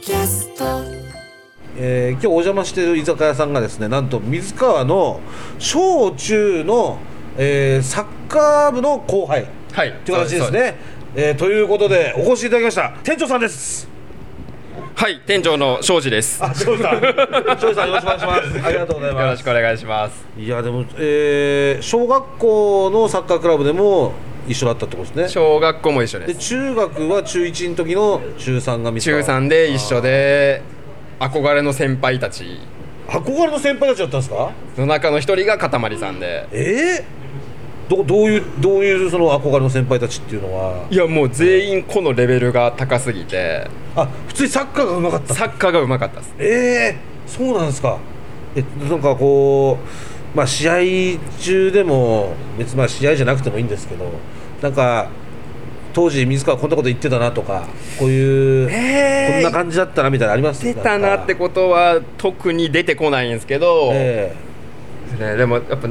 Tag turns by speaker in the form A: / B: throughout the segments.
A: キャスト
B: えー今日お邪魔している居酒屋さんがですねなんと水川の小中の、えーサッカー部の後輩
C: はい
B: という形ですね。えーということでお越しいただきました店長さんです。
C: はい店長の庄司ですよ
B: あ、庄 司さん、庄司さんよろしくお願いし ます。ありがとうござい
C: ろ
B: ま
C: し
B: す。
C: くお願いします
B: いやでも、えー小学校のサッカークラブでも一緒だったってことですね。
C: 小学校も一緒で
B: です中学は中1の時の中3が見
C: 中3で一緒で憧れの先輩たち
B: 憧れの先輩たちだったんですか
C: の中の一人がかたまりさんで
B: えー、どどういうどういうその憧れの先輩たちっていうのはい
C: やもう全員このレベルが高すぎて
B: あ普通にサッカーがうまかった
C: サッカーがうまかったです
B: ええそうなんですかえなんかこうまあ試合中でも別にまあ試合じゃなくてもいいんですけどなんか当時水川こんなこと言ってたなとかこういう、
C: えー
B: こんな感じだったなみたいなのあります
C: 出たなって
B: んか
C: ことは特に出てこないんですけど、
B: え
C: ね、でもやっぱか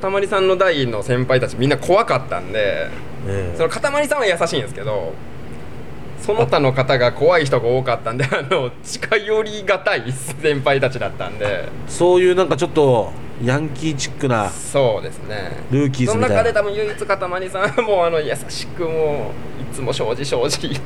C: たまりさんの代の先輩たちみんな怖かったんで
B: えええ
C: そのかたまりさんは優しいんですけどその他の方が怖い人が多かったんであ の近寄りがたい先輩たちだったんで
B: そういうなんかちょっとヤンキーチックな
C: そうですね
B: ルーキーズ
C: その
B: みた
C: 中で
B: い
C: 多
B: な
C: 分唯一かたまりさんはもうあの優しくもういつも正直正直言って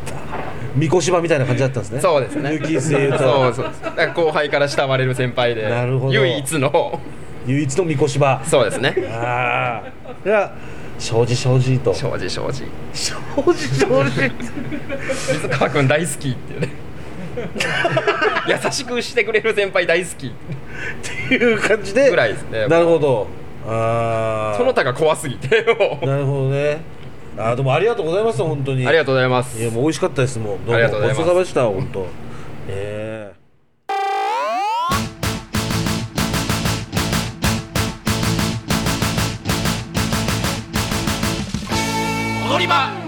B: みこしばみたいな感じだったんですね
C: そうですね
B: ルーキーズでいうと
C: そうそうだから後輩から慕われる先輩で
B: なるほど
C: 唯一の
B: 唯一のみこしば
C: そうですね
B: ああが庄司庄司と
C: 正直正直
B: 庄司庄司
C: 水川君大好きっていうね優しくしてくれる先輩大好き
B: っていう感じで
C: ぐらいですね
B: なるほどああ
C: その他が怖すぎ てもう
B: なるほどねあーでもありがとうございます本当に
C: ありがとうございます
B: いやもう美味しかったですもんどうも
C: ありがとうございま
B: ご
C: す
B: ちそうさまでした本当え
C: 踊り場
B: ー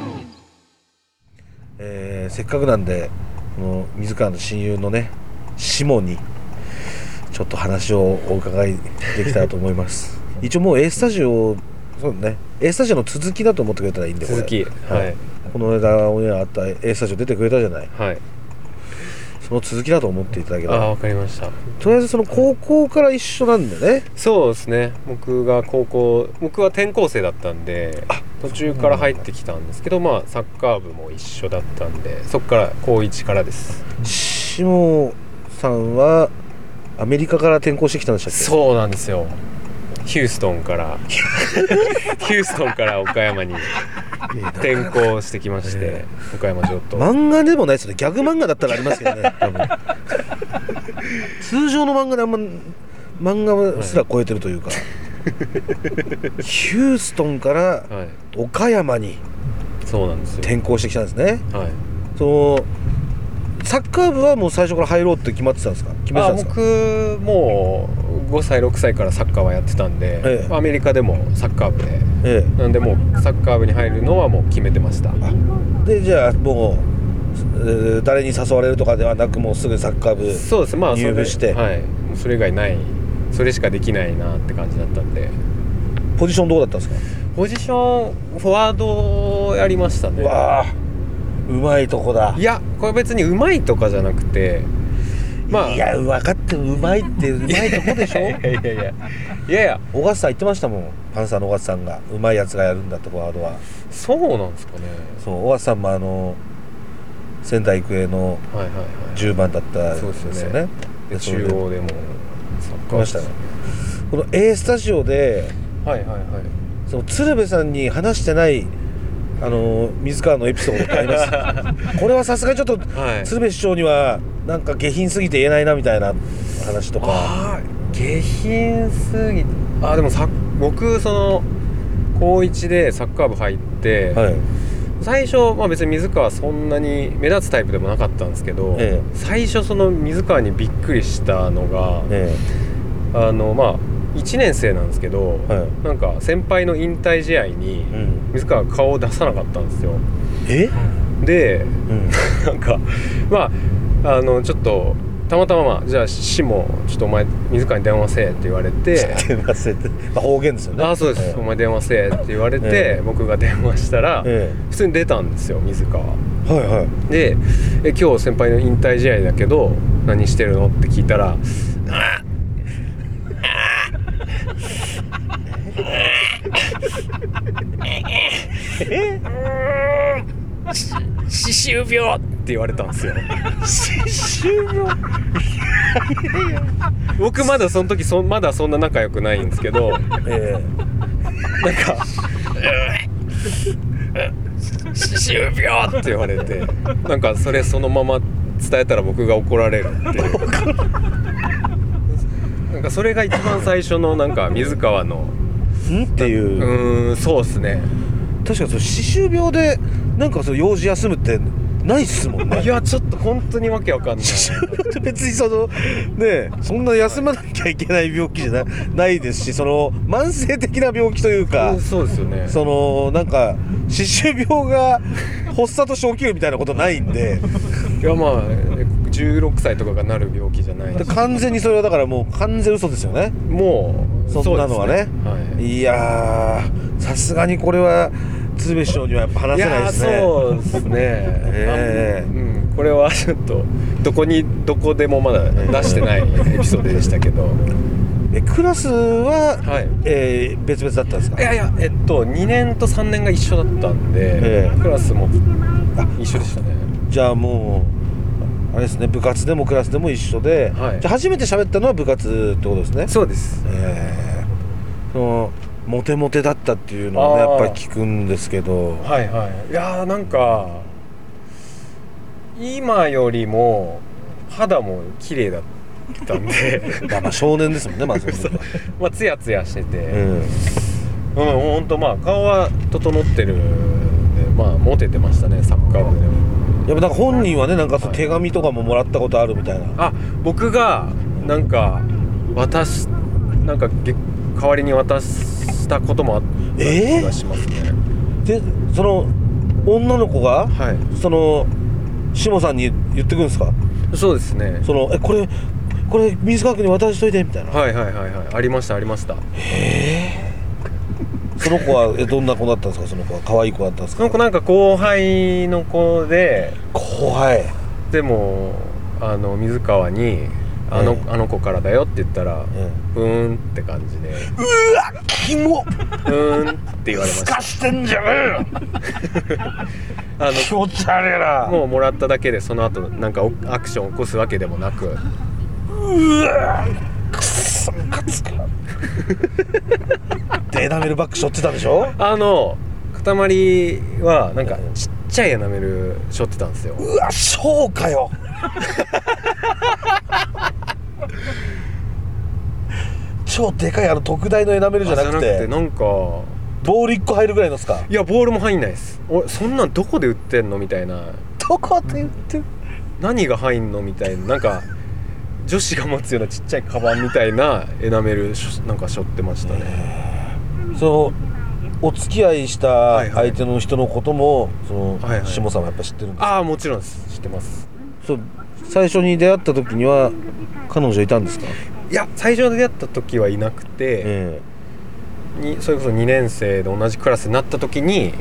B: えーせっかくなんでこの水川の親友のねシモにちょっと話をお伺いできたらと思います 一応もう A スタジオそうね A スタジオの続きだと思ってくれたらいいんでこれ
D: 続き
B: はい、
D: はい
B: この間オンエアあった A スタジオ出てくれたじゃない
D: はい。
B: その続きだと思っていただけ
D: あ
B: た
D: あ、
B: ら
D: わかりました。
B: とりあえずその高校から一緒なんだよね
D: そうですね。僕が高校、僕は転校生だったんで、途中から入ってきたんですけど、まあサッカー部も一緒だったんで、そこから高一からです。
B: 下さんはアメリカから転校してきたんでしたっけ
D: そうなんですよ。ヒューストン から、ヒューストンから岡山に転校してきまして、岡山城と。
B: 漫画でもないですよねギャグ漫画だったらありますけど ね多分通常の漫画であんま漫画すら超えてるというか、ヒューストンから
D: はい。
B: 岡山に
D: そうなんですよ。
B: 転校してきたんですね
D: はい。
B: そのサッカー部はもう最初から入ろうって決まってたんですか決めてた
D: あ
B: んですか
D: 僕もう5歳6歳からサッカーはやってたんで、
B: ええ
D: アメリカでもサッカー部で
B: え
D: なんでもうサッカー部に入るのはもう決めてました
B: えでじゃあもう、えー誰に誘われるとかではなくもうすぐサッカー部
D: そうですまあそれ
B: 入部して
D: はい、それ以外ないそれしかできないなって感じだったんで
B: ポジションどうだったんですか
D: ポジションフォワードをやりましたね
B: うわあうまいとこだ
D: いやこれ別にうまいとかじゃなくてまあ
B: いや分かってるうまいってうまいとこでし ょ
D: いやいやいやいやいや
B: 小笠さん言ってましたもんパンサーの小笠さんがうまいやつがやるんだってフォワードは
D: そうなんですかね
B: そう小笠さんもあの仙台育英の
D: はいはいはい
B: 10番だったん
D: そう
B: で
D: です
B: す
D: よ
B: よ
D: ね
B: ね
D: で
B: それ
D: 中
B: で
D: 央でもサッカー
B: 来ましたねこの A スタジオで
D: はいはいはい
B: その鶴瓶さんに話してないあの水川のエピソードってありますこれはさすがにちょっと
D: はい
B: 鶴瓶師匠にはなんか下品すぎて言えないなみたいな話とか
D: あー下品すぎあーでもさ僕その高1でサッカー部入って、
B: はい
D: 最初、まあ、別に水川そんなに目立つタイプでもなかったんですけど、
B: え
D: 最初その水川にびっくりしたのが、
B: え
D: あのまあ1年生なんですけど、
B: えはい
D: なんか先輩の引退試合に
B: うん
D: 水川が顔を出さなかったんですよ
B: え、
D: で
B: うん、
D: なんかまああのちょっとたまたま、まあ、じゃあしもちょっとお前水川に電話せえって言われ て
B: 忘れて、まあ、方言ですよね
D: ああそうです、
B: え
D: お前電話せえって言われて、
B: え
D: 僕が電話したら、
B: え
D: 普通に出たんですよ水川
B: えはいはい
D: で「え今日先輩の引退試合だけど何してるの?」って聞いたら「歯周病!」って言われたんですよ僕まだその時そんまだそんな仲良くないんですけど
B: え
D: なんか歯周病って言われてなんかそれそのまま伝えたら僕が怒られるっていうなんかそれが一番最初のなんか水川の
B: えんっていうう、
D: ーんそうっすね
B: 確かにその歯周病でなんかその用事休むってないっすもんね
D: いやちょっと本当にわけわかんない
B: 歯周 病って別にそのねえそんな休まなきゃいけない病気じゃなないですしその慢性的な病気というか、
D: うんそうですよね
B: そのなんか歯周病が発作として起きるみたいなことないん で
D: いやまあ16歳とかがなる病気じゃないし
B: 完全にそれはだからもう完全嘘ですよね
D: もう
B: そんなのはね
D: そうですはい
B: いやーさすがにこれは鶴瓶師匠にはやっぱ話せないです
D: いや
B: ね
D: ーそうですね、
B: ええ
D: あのうん、これはちょっとどこにどこでもまだ出してないエピソードでしたけど
B: えクラスは、
D: はい
B: えー別々だったんですか
D: いやいやえっと2年と3年が一緒だったんで、
B: ええ
D: クラスも一緒でしたね
B: じゃあもうあれですね部活でもクラスでも一緒で、
D: はい
B: じゃあ初めて喋ったのは部活ってことですね
D: そうです
B: えーそのモテモテだったっていうのをね
D: あ
B: や
D: ー
B: っぱり聞くんですけど
D: はいはいいやーなんか今よりも肌も綺麗だったんで
B: まあまあ少年ですもんねまず、 その時は
D: まあツヤツヤしてて、
B: うん
D: うん、本当まあ顔は整ってるんでまあモテてましたねサッカー部でも
B: やっぱなんか本人はねなんかその
D: はい
B: 手紙とかももらったことあるみたいな
D: あ僕がなんか渡しなんかげ代わりに渡したこともあった気がしますね、
B: でその女の子が
D: は
B: その下さんに言ってくるんですか
D: いそうですね
B: そのえこれこれ水川君に渡しといてみたいな
D: はいはいはいはいありましたありました
B: その子はえどんな子だったんですかその子は可愛い子だったんです
D: その
B: か
D: 子なんか後輩の子で
B: 後輩
D: でもあの水川にあの、
B: ええ
D: あの子からだよって言ったら、
B: え
D: ブーンって感じで
B: キモ
D: ブーンって言われました
B: してんじゃね えよ
D: あの
B: 気持ち悪いな
D: もうもらっただけでその後なんかおアクションを起こすわけでもなく
B: くっそムカつく でエナメルバッグしょってたでしょ
D: あの塊はなんかちっちゃいエナメル背負ってたんですよ
B: うわそうか よ超でかいあの特大のエナメルじゃなく
D: あ
B: て
D: なんか
B: ボール1個入るぐらいのっすか
D: いやボールも入んないですおそんなんどこで売ってんのみたいな
B: どこって言ってる
D: 何が入んのみたいななんか女子が持つようなちっちゃいカバンみたいなエナメルしょなんか背負ってましたね
B: そのお付き合いした相手の人のこともその、
D: はいはい
B: 下さんはやっぱ知ってるんですか
D: ああもちろんです知ってます
B: そう最初に出会った時には彼女いたんですか
D: いや最初に出会った時はいなくて、
B: え
D: にそれこそ2年生で同じクラスになった時に
B: え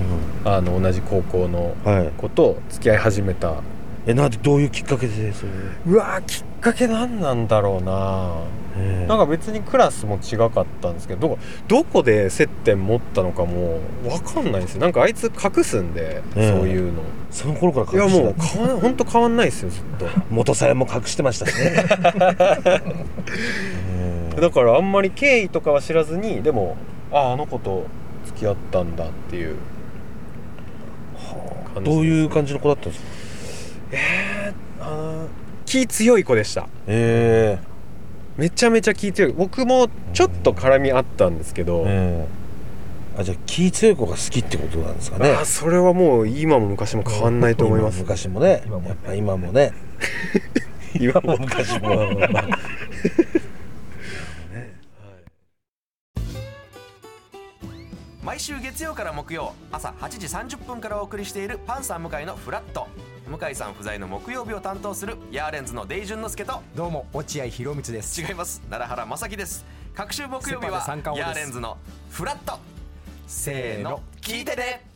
D: あの同じ高校の
B: はい
D: 子と付き合い始めた
B: えなんでどういうきっかけでそれ、
D: うわーきっかけ何なんだろうな
B: ええ
D: なんか別にクラスも違かったんですけどどこどこで接点持ったのかもう分かんないんですよなんかあいつ隠すんで、
B: ええ
D: そういうの
B: その頃
D: い
B: から
D: や
B: 隠して
D: も
B: た
D: う変わんほんと変わんないですよずっ
B: 元さえも隠してましたし ね、え
D: とだからあんまり経緯とかは知らずにでもあああの子と付き合ったんだっていう
B: え
D: 感じ
B: どういう感じの子だったんですか
D: あー気強い子でした
B: え
D: めちゃめちゃ気強い僕もちょっと絡みあったんですけ
B: え
D: ど、
B: ええあじゃあ気強い子が好きってことなんですかね
D: あーそれはもう今も昔も変わんないと思います
B: 今も昔もねやっぱ今もね
D: 今
B: も昔も
A: 毎週月曜から木曜朝8時30分からお送りしているパンサー向井のフラット向井さん不在の木曜日を担当するヤーレンズのデイジュンの之介と
E: どうも落合博満です
A: 違います奈良原正樹です各週木曜日は
E: セパで三冠王で
A: ヤー
E: す
A: レンズのフラットせーの聞いてて、ね